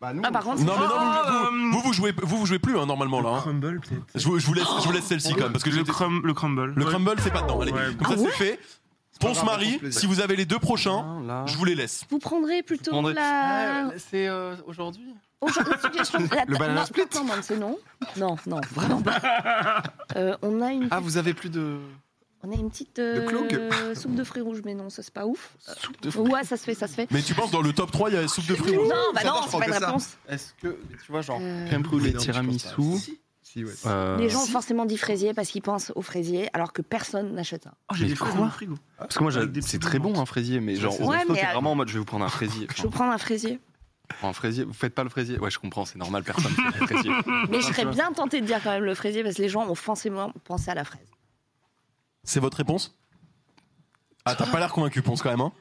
Bah, nous. Ah, par contre, Non, mais non, vous- vous, euh, vous, vous jouez, vous, vous jouez plus hein, normalement là. Le hein. crumble, peut-être. Je, vous, je vous laisse, je vous laisse celle-ci quand même, parce que le, j'étais- crum- le crumble. le Ouais. crumble, c'est pas dedans. Allez, Ouais. Ah comme ça, c'est fait. Ponce grave, on Marie, prend plaisir. Ah. si vous avez les deux prochains, Oh je vous les laisse. vous prendrez plutôt prendrez- la. C'est euh, aujourd'hui Aujourd'hui, suggestion. La Le banana non, split. non, non, c'est non. Non, non, vraiment pas. Euh, on a une. Ah, vous avez plus de. On a une petite De cloque. euh, soupe de fruits rouges, mais non, ça c'est pas ouf. Euh, Soupe de Ouais, ça se fait, ça se fait. Mais tu penses dans le top 3, il y a soupe de fruits rouges Non, bah Ça non, marche, c'est pas une que ça. réponse. Est-ce que, tu vois, genre, Euh, crème brûlée, Non, je pense pas. tiramisu. Si, si, ouais. Euh, Les gens ont forcément dit fraisier parce qu'ils pensent au fraisier, alors que personne n'achète ça. j'ai des fraises dans le frigo. Parce que moi, j'a- Avec des c'est petits très bouts de bon un fraisier, mais genre, c'est au vrai. resto, Ouais, mais t'es à- vraiment en mode je vais vous prendre un fraisier. Je vous prends un fraisier. Un fraisier, vous faites pas le fraisier Ouais, je comprends, c'est normal, personne fait le fraisier. Mais je serais bien tentée de dire quand même le fraisier parce que les gens ont forcément pensé à la fraise. C'est votre réponse Ah, t'as pas l'air convaincu, pense quand même. Hein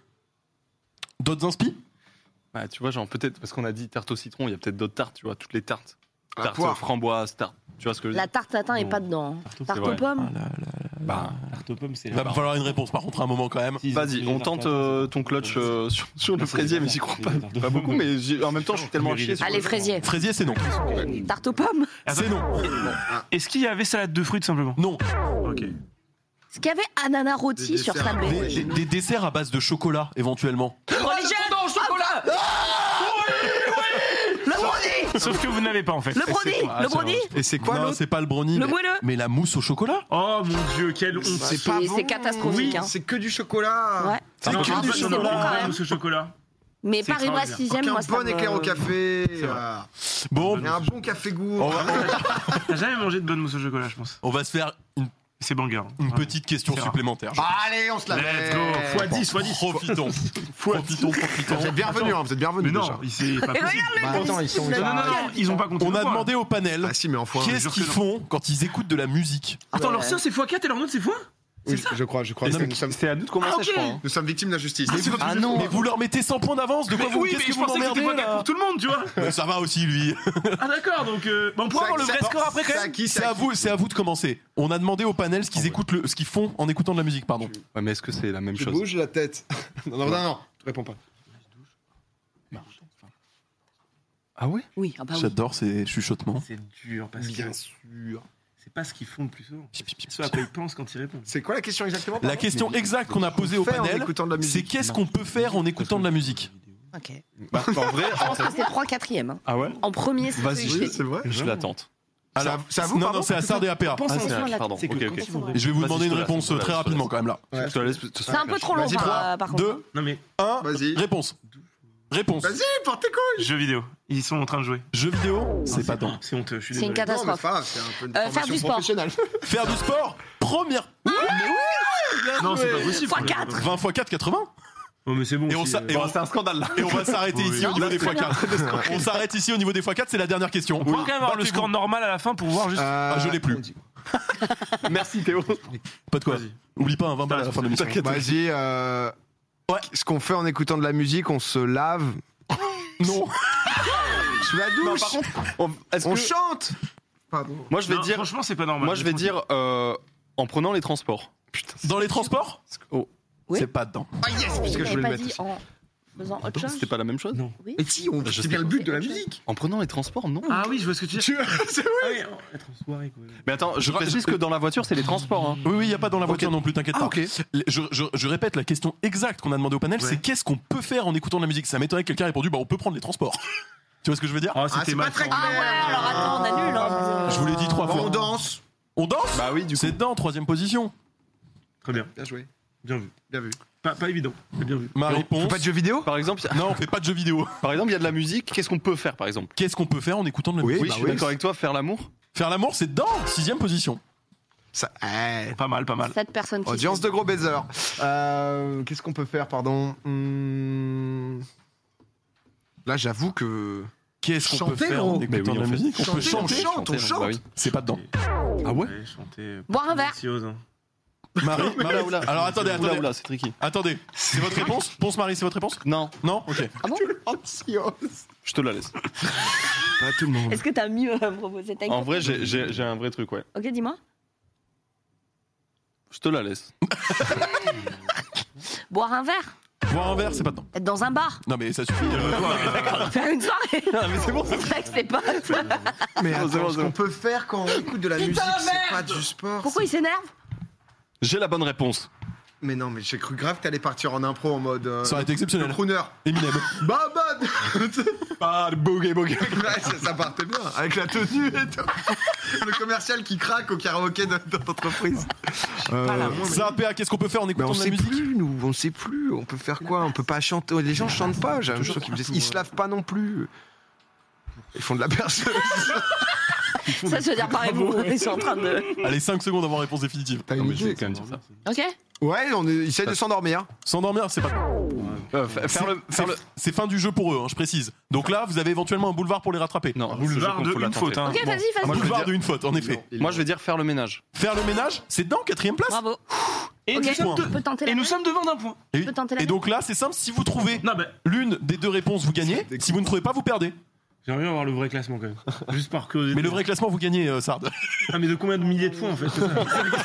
D'autres inspi Ouais, Bah, tu vois, genre, peut-être, parce qu'on a dit tarte au citron, il y a peut-être d'autres tartes, tu vois, toutes les tartes. La Tarte poire. aux framboises, tarte. Tu vois ce que je veux La dire tarte tatin est Non. pas dedans. hein. Tarte aux Tarte pommes. aux Ah Ah, pommes. Bah, Tarte aux pommes, c'est Il va me falloir une réponse par contre à un moment quand même. Vas-y, on tente euh, ton clutch euh, sur, sur le Non, c'est fraisier, des mais j'y tartes, crois c'est pas, des tartes. pas beaucoup. Mais j'ai- en même temps, je suis tellement chier. sur- Allez, fraisier. Fraisier, c'est non. Tarte aux pommes. C'est non. Est-ce qu'il y avait salade de fruits tout simplement Non. Ok. Ce qu'il y avait ananas Des rôti sur desserts. Sablé. Des, des- des desserts à base de chocolat, éventuellement. Oh, les jeunes Ah Le brownie Sauf que vous n'avez pas en fait. Le brownie Le brownie Et c'est quoi, Non, l'autre c'est pas le brownie. Le mais- moelleux Mais la mousse au chocolat Oh mon dieu, quelle honte C'est C'est- pas c'est bon. catastrophique, Oui, hein. C'est que du Ah. chocolat. Ouais. C'est Non, que non, du non, c'est bon chocolat. quand même. non, ce chocolat. Mais C'est Paris-Bas extraordinaire. 6 Aucun moi ça bon me- éclair au café. vrai. ah. Bon, Il y a un bon café goût. on va, T'as jamais mangé de bonne mousse au chocolat, je pense. on va se faire une, C'est banger. hein. une Ouais. petite question C'est rare. supplémentaire. Ah, Bah, Allez, on se la met. Let's go. Fois 10, fois 10. Profitons. Profitons, Vous êtes profitons. bienvenus, hein, vous êtes bienvenus Mais non, déjà. il- c'est pas Et possible. regarde le Bah, attends, ils sont- le- Non, non, non, Quel- ils ont pas compté. On a le point. demandé au panel Ah si, mais enfin. qu'est-ce qu'ils font quand ils écoutent de la musique. Attends, leur Ouais. sœur c'est x4 et leur nôtre c'est x1 Oui, je- je crois, je crois. Mais non, Nous mais- sommes- C'est à nous de Ah, commencer, ok. je crois. hein. Nous sommes victimes d'injustice. Ah non Mais vous leur mettez 100 points d'avance, de quoi vous Oui, Qu'est-ce mais que je vous pensais que c'était m'emmerdez x4 là pour tout le monde, tu vois Mais Ça va aussi lui. Ah d'accord, donc euh, bah, on C'est pourra à- avoir le c'est vrai à- score après quand C'est à même qui C'est à vous, c'est à vous de commencer. On a demandé au panel ce qu'ils écoutent, le- ce qu'ils font en écoutant de la musique, pardon. Ouais, mais est-ce que c'est la même Je chose bouge la tête. Non, non, non, non, je réponds pas. Ah ouais Oui, ah bah oui. J'adore ces chuchotements. C'est dur parce que Bien sûr. c'est pas ce qu'ils font le plus souvent. C'est ce à quoi ils pensent quand ils répondent. C'est quoi la question exactement La question exacte qu'on a posée au Faire en panel, écoutant de la c'est musique. qu'est-ce qu'on peut faire en écoutant de la musique Ok. Bah, en vrai, Je pense que c'est 3 4 ah ouais En premier, c'est Vas-y. celui- Oui, c'est vrai. Je l'attente. Alors, c'est à vous, Non, pardon, non, c'est à Sard et à Péra. Pense Ah, en c'est soi, à- la- pardon, c'est que ok, quand ok. ils vont Et je vais vous Vas-y, demander je une te laisse, réponse je te très laisse, rapidement quand même là. Je te laisse- je te C'est un peu trop long Vas-y, par par contre. 2, Non mais 1, Vas-y. réponse. Réponse. Vas-y, portez quoi jeux vidéo, ils sont en train de jouer. Jeux vidéo, c'est pas bon. dedans. C'est honteux, je suis C'est une désolé. Non, mais c'est catastrophe. pas grave, c'est un peu une Euh, faire formation du sport. professionnelle. Faire du sport, première. Non, c'est pas possible. Fois Oh, quatre. 20 x 4, 80. Oh mais c'est bon. Et on si, s'a- euh, et on- un scandale là. Et on va s'arrêter Oui. ici au Non, niveau bah, des très x4. On s'arrête ici au niveau des x4, c'est la dernière question. On pourra quand même avoir le Battez-vous. score normal à la fin pour voir juste. Euh, Ah, je l'ai plus. Merci Théo. Pas de quoi. Vas-y. Oublie pas un 20 balles à la fin de l'émission. Vas-y. euh, Ouais. Ce qu'on fait en écoutant de la musique, on se lave Non. sous la douche. par contre, on- est-ce on que- chante. Pardon. moi je vais Non, dire, Franchement, c'est pas normal. moi je vais dire euh, en prenant les transports. Putain. Dans les transports Oh, Oui. C'est pas dedans. Ah yes, Vous puisque je l'avez voulais pas le dit mettre. en faisant autre chose Ah c'était pas la même chose. Oui. Mais si, on- Je c'est sais bien le pas. but de la musique. En prenant les transports, non. Ah oui, je vois ce que tu dis. Tu- c'est vrai. Ah oui, être en soirée quoi. Mais attends, je Je- précise que dans la voiture c'est les transports. hein. Oui, oui, il n'y a pas dans la voiture non plus, t'inquiète Ah, pas. ok. Je, je- je répète, la question exacte qu'on a demandé au panel, c'est qu'est-ce qu'on peut faire en écoutant de la musique Ça m'étonnerait que quelqu'un ait répondu, bah on peut prendre les transports. tu vois ce que je veux dire Oh, Ah, c'était c'est mal. pas très Ah. Ah ouais, alors attends, on annule. Hein, Je vous l'ai dit trois Bon, fois. on danse. On danse Bah oui, du coup. C'est dedans, troisième position. Très bien, Bien joué, bien vu. bien vu. Pas, pas évident, mais bien vu. On Ma Et on- fait réponse. pas de jeux vidéo Par exemple, il y a- Non, on fait pas de jeux vidéo. par exemple, il y a de la musique. Qu'est-ce qu'on peut faire, par exemple Qu'est-ce qu'on peut faire en écoutant de la Oui, musique bah Oui, je suis d'accord avec toi. Faire l'amour. Faire l'amour, c'est dedans, sixième position. Ça- eh, Pas mal, pas mal. Cette personne qui. Audience de gros baisers. Euh, Qu'est-ce qu'on peut faire, pardon Hmm. Là, j'avoue que. Qu'est-ce qu'on peut Chanter, faire gros. en écoutant Mais oui, de la en fait. musique On peut Chanter, on chanter. chante, on chante. Bah oui. C'est pas dedans. Ah ouais Chanter. Boire un verre. Délicieuse, hein. Marie, Marie- Oula, oula. alors attendez, Oula, attendez, oula, c'est tricky. attendez. C'est votre réponse Ponce Marie, c'est votre réponse Non, Non Ok. je te la laisse. Pas tout le monde. Est-ce que t'as mieux à me proposer ta En vrai, j'ai- j'ai j'ai un vrai truc, ouais. Ok, dis-moi. Je te la laisse. Boire un verre. Boire un verre, c'est pas dedans. Être dans un bar. Non mais ça suffit. euh, Faire une soirée. Ah, mais c'est bon. C'est vrai que c'est pas. Mais Non, c'est attends, ce bon, c'est qu'on bon. peut faire quand on écoute de la musique, c'est pas du sport. Pourquoi il s'énerve J'ai la bonne réponse. Mais non, mais j'ai cru grave que t'allais partir en impro en mode. euh, Ça aurait été le exceptionnel. crooner. Eminem. Bah bah Ah, boogie boogie. Ouais, ça, ça partait bien, avec la tenue et tout. Le commercial qui craque au karaoké de, de l'entreprise. Pas la Euh, moindre. Ça, PA, qu'est-ce qu'on peut faire en Mais écoutant Bah, on de la sait musique plus, nous, on sait plus. On peut faire quoi On peut pas chanter. Les gens chantent pas. J'ai l'impression qu'ils me disent, ils se lavent pas non plus. Ils font de la perceuse. Ça, je veux dire, parez-vous, ils sont en train de. Allez, 5 secondes avant réponse définitive. T'as Non, une mais je vais idée quand même dire ça. Ok Ouais, on est- ils essayent de s'endormir. hein. S'endormir, c'est pas. Euh, fa- faire le, C'est- faire le... C'est fin du jeu pour eux, hein, je précise. Donc là, vous avez éventuellement un boulevard pour les rattraper. Non, ce jeu, Boulevard faut de la une tenter. faute. hein. Ok, Bon. vas-y, moi, vas-y. je veux boulevard dire- de une faute, en effet. Moi, je vais dire faire le ménage. Faire le ménage, c'est dedans, quatrième place. Bravo. Et Ok, nous sommes tu deux- peux tenter la Et nous main sommes devant d'un point. Tu peux tenter la Et donc là, c'est simple, si vous trouvez Non, mais l'une des deux réponses, vous gagnez. Si vous ne trouvez pas, vous perdez. j'aimerais bien avoir le vrai classement quand même. Juste par curiosité. Mais le vrai classement, vous gagnez, euh, Sard. Ah, mais de combien de milliers de fois en fait c'est ça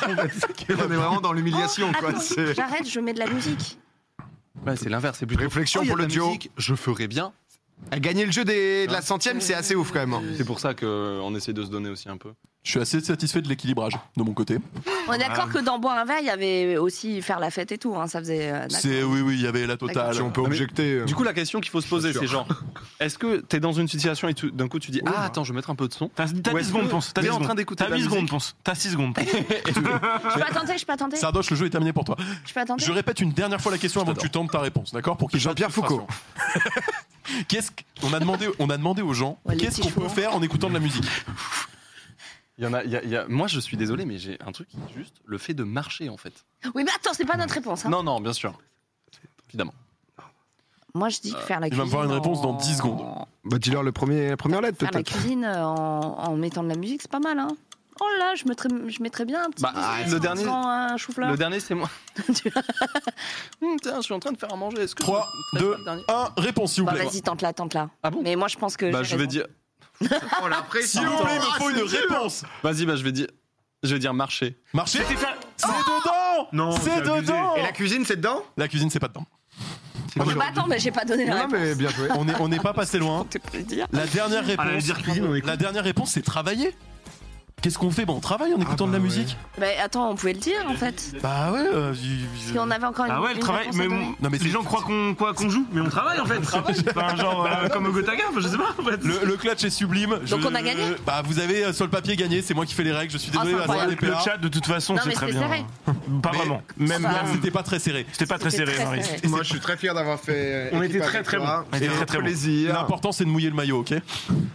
On est vraiment dans l'humiliation, main. quoi. Oh, Attends, C'est- J'arrête, je mets de la musique. Bah, c'est l'inverse, c'est plutôt. Réflexion Oh, il y a pour le de la duo. musique, Je ferais bien. À Gagner le jeu des- de la centième, c'est assez ouf quand même. hein. C'est pour ça qu'on essaie de se donner aussi un peu. Je suis assez satisfait de l'équilibrage de mon côté. On est d'accord que dans boire un verre, il y avait aussi faire la fête et tout. hein, ça faisait. euh, d'accord. C'est oui, oui, il y avait la totale. Ah, Si on peut mais- objecter. euh, Du coup, la question qu'il faut se poser, c'est genre, est-ce que t'es dans une situation et tout- d'un coup tu dis, ah attends, je vais mettre un peu de son. T'as t'as Ou 10 est-ce secondes, que pense. T'as t'es 10 en train secondes. d'écouter T'as de la 10 secondes, musique pense. T'as 6 secondes. pense. Je peux attendre, je peux attendre. Sardoche, le jeu est terminé pour toi. Je peux attendre. Je répète une dernière fois la question avant que t'adore. tu tentes ta réponse, d'accord Pour qu'il y ait pas de Jean-Pierre Foucault. frustration. Qu'est-ce qu'on a demandé On a demandé aux gens Ouais, les qu'est-ce petits qu'on peut chevaux. faire en écoutant de la musique. Il y en a, il y a- il y a- Moi, je suis désolé, mais j'ai un truc qui est juste le fait de marcher en fait. Oui, mais attends, c'est pas notre réponse. hein. Non, non, bien sûr. Moi, je dis que faire la il va cuisine. me falloir une réponse dans 10 secondes. Bah, dis-leur le premier, la première lettre, Faire la peut-être. cuisine euh, en, en mettant de la musique, c'est pas mal, hein. Oh là, je mettrais, je mettrais bien un petit. Bah, dessert le en dernier- faisant hein, Un chou-fleur. Le dernier, c'est moi. Hum, tiens, je suis en train de faire à manger. Est-ce que 3, je- 2, le dernier 1, réponse, s'il vous Bah, plaît. vas-y, tente la, tente la. Ah bon Mais moi, je pense que. Bah, Euh, j'ai je vais raison. dire. Oh, la Si pression. vous voulez, il me Ah, faut c'est une dur. réponse. Vas-y, bah, je vais dire. Je vais dire marcher. Marcher, C'était ça. c'est dedans Non, C'est c'est abusé. dedans Et la cuisine, c'est dedans La cuisine, c'est pas dedans. Ah, bah, attends, mais j'ai pas donné la Non, réponse. mais bien joué. On n'est on n'est pas passé loin. T'es pour le dire. La dernière Ah, la réponse, dire cuisine, on écoute. la dernière réponse, c'est travailler. Qu'est-ce qu'on fait Bah, on travaille Ah en écoutant bah de la ouais. musique. Mais attends, on pouvait le dire en fait. Bah ouais. euh, j- Parce qu'on avait encore une. Ah ouais, le une travail. réponse à Mais donner. Non, mais les c'est- gens croient qu'on quoi, qu'on joue, mais on travaille en fait. Enfin, genre euh, comme au Gotaga, enfin, je sais pas en fait. Le, le clutch est sublime. Donc on a gagné Bah vous avez euh, sur le papier gagné, c'est moi qui fais les règles, je suis Ah, désolé, c'est la salle incroyable. des PA. Le chat, de toute façon, Non, c'est mais très c'était bien. serré. Pas Mais- vraiment. Même Enfin, Là, Bah, c'était pas très serré. c'était pas très C'était serré. très Maurice. serré. Moi, je suis très fier d'avoir fait. On équipe était très avec très toi. bon. On était très très bon. Plaisir. L'important c'est de mouiller le maillot, ok Moi,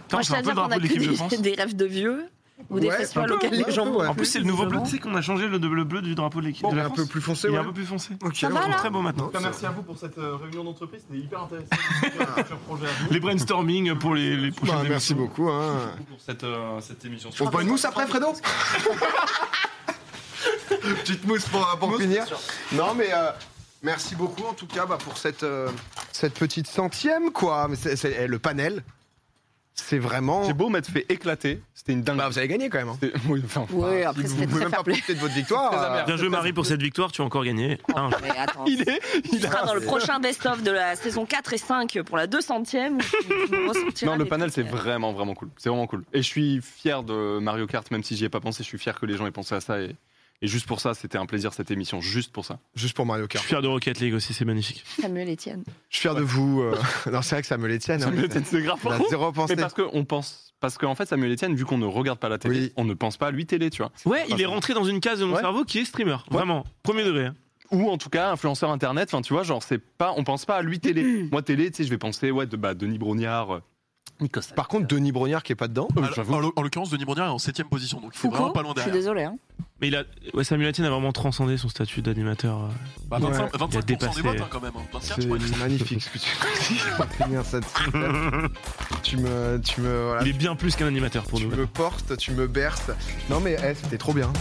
Attends, je c'est tiens à un dire peu le qu'on a drapeau de l'équipe, je pense. que des, des rêves de vieux ou des Ouais, un festivals peu, auxquels ouais, les gens un peu, vont. ouais. En plus, c'est le nouveau bleu. Bon. Tu sais qu'on a changé le double bleu du drapeau de l'équipe Bon, de mais la un France. peu plus foncé, Il est ouais. un peu plus foncé. Ok, Ça va, on- là Très beau maintenant. Merci à vous pour cette euh, réunion d'entreprise, c'était hyper intéressant. Futur projet à vous. Les brainstorming pour les, les Bah, prochaines merci émissions. beaucoup. Hein. Pour cette, euh, cette émission. On se boit une mousse après, Fredo Petite mousse pour, pour finir. Non, mais euh, merci beaucoup en tout cas bah, pour cette, euh, cette petite centième, quoi. Mais c'est- c'est- eh, le panel, c'est vraiment. J'ai beau m'être fait éclater, c'était une dingue. Bah, vous avez gagné quand même. hein. oui, enfin, Ouais, après Vous c'était pouvez très même fair pas play. profiter de votre victoire. Très euh, amer. Bien joué Marie pour cette victoire, tu as encore gagné. Ah, Un. Mais attends, il est. il sera dans le prochain best-of de la saison 4 et 5 pour la 200ème. où tu- tu ressentiras Non, le les panel, c'est trucs, euh, vraiment, vraiment cool. C'est vraiment cool. Et je suis fier de Mario Kart, même si j'y ai pas pensé, je suis fier que les gens aient pensé à ça. Et, et juste pour ça, c'était un plaisir cette émission, juste pour ça. Juste pour Mario Je suis Kart. fier de Rocket League aussi, c'est magnifique. euh, Samuel Etienne. Je suis fier de vous. euh, Non, c'est vrai que ça me les tienne. hein. C'est grave, On par a contre. zéro pensée. Mais parce qu'on pense. Parce qu'en fait, Samuel Etienne, vu qu'on ne regarde pas la télé, Oui. on ne pense pas à lui télé, tu vois. Ouais, il il est est rentré dans une case de mon Ouais. cerveau qui est streamer. Vraiment, premier degré. hein. Ou en tout cas, influenceur internet, enfin, tu vois, genre, c'est pas. On pense pas à lui télé. Moi, télé, tu sais, je vais penser, ouais, de, bah, Denis Brognard. euh, Nikos. Par contre, Denis Brognard qui est pas dedans. Euh, Alors, j'avoue. Ah, En l'oc- en l'occurrence, Denis Bourdier est en 7ème position, donc il faut vraiment Foucault, pas loin je suis derrière. désolé. Hein. Mais il a, ouais, Samuel Etienne a vraiment transcendé son statut d'animateur. euh. Bah, Ouais. 25, Il a 25% dépassé. des votes hein, quand même. hein. 24, C'est je crois. il- magnifique ce que tu vas finir cette tu me tu me voilà, Il est bien plus qu'un animateur pour tu nous. me portes, tu me berces. Non mais eh, c'était trop bien.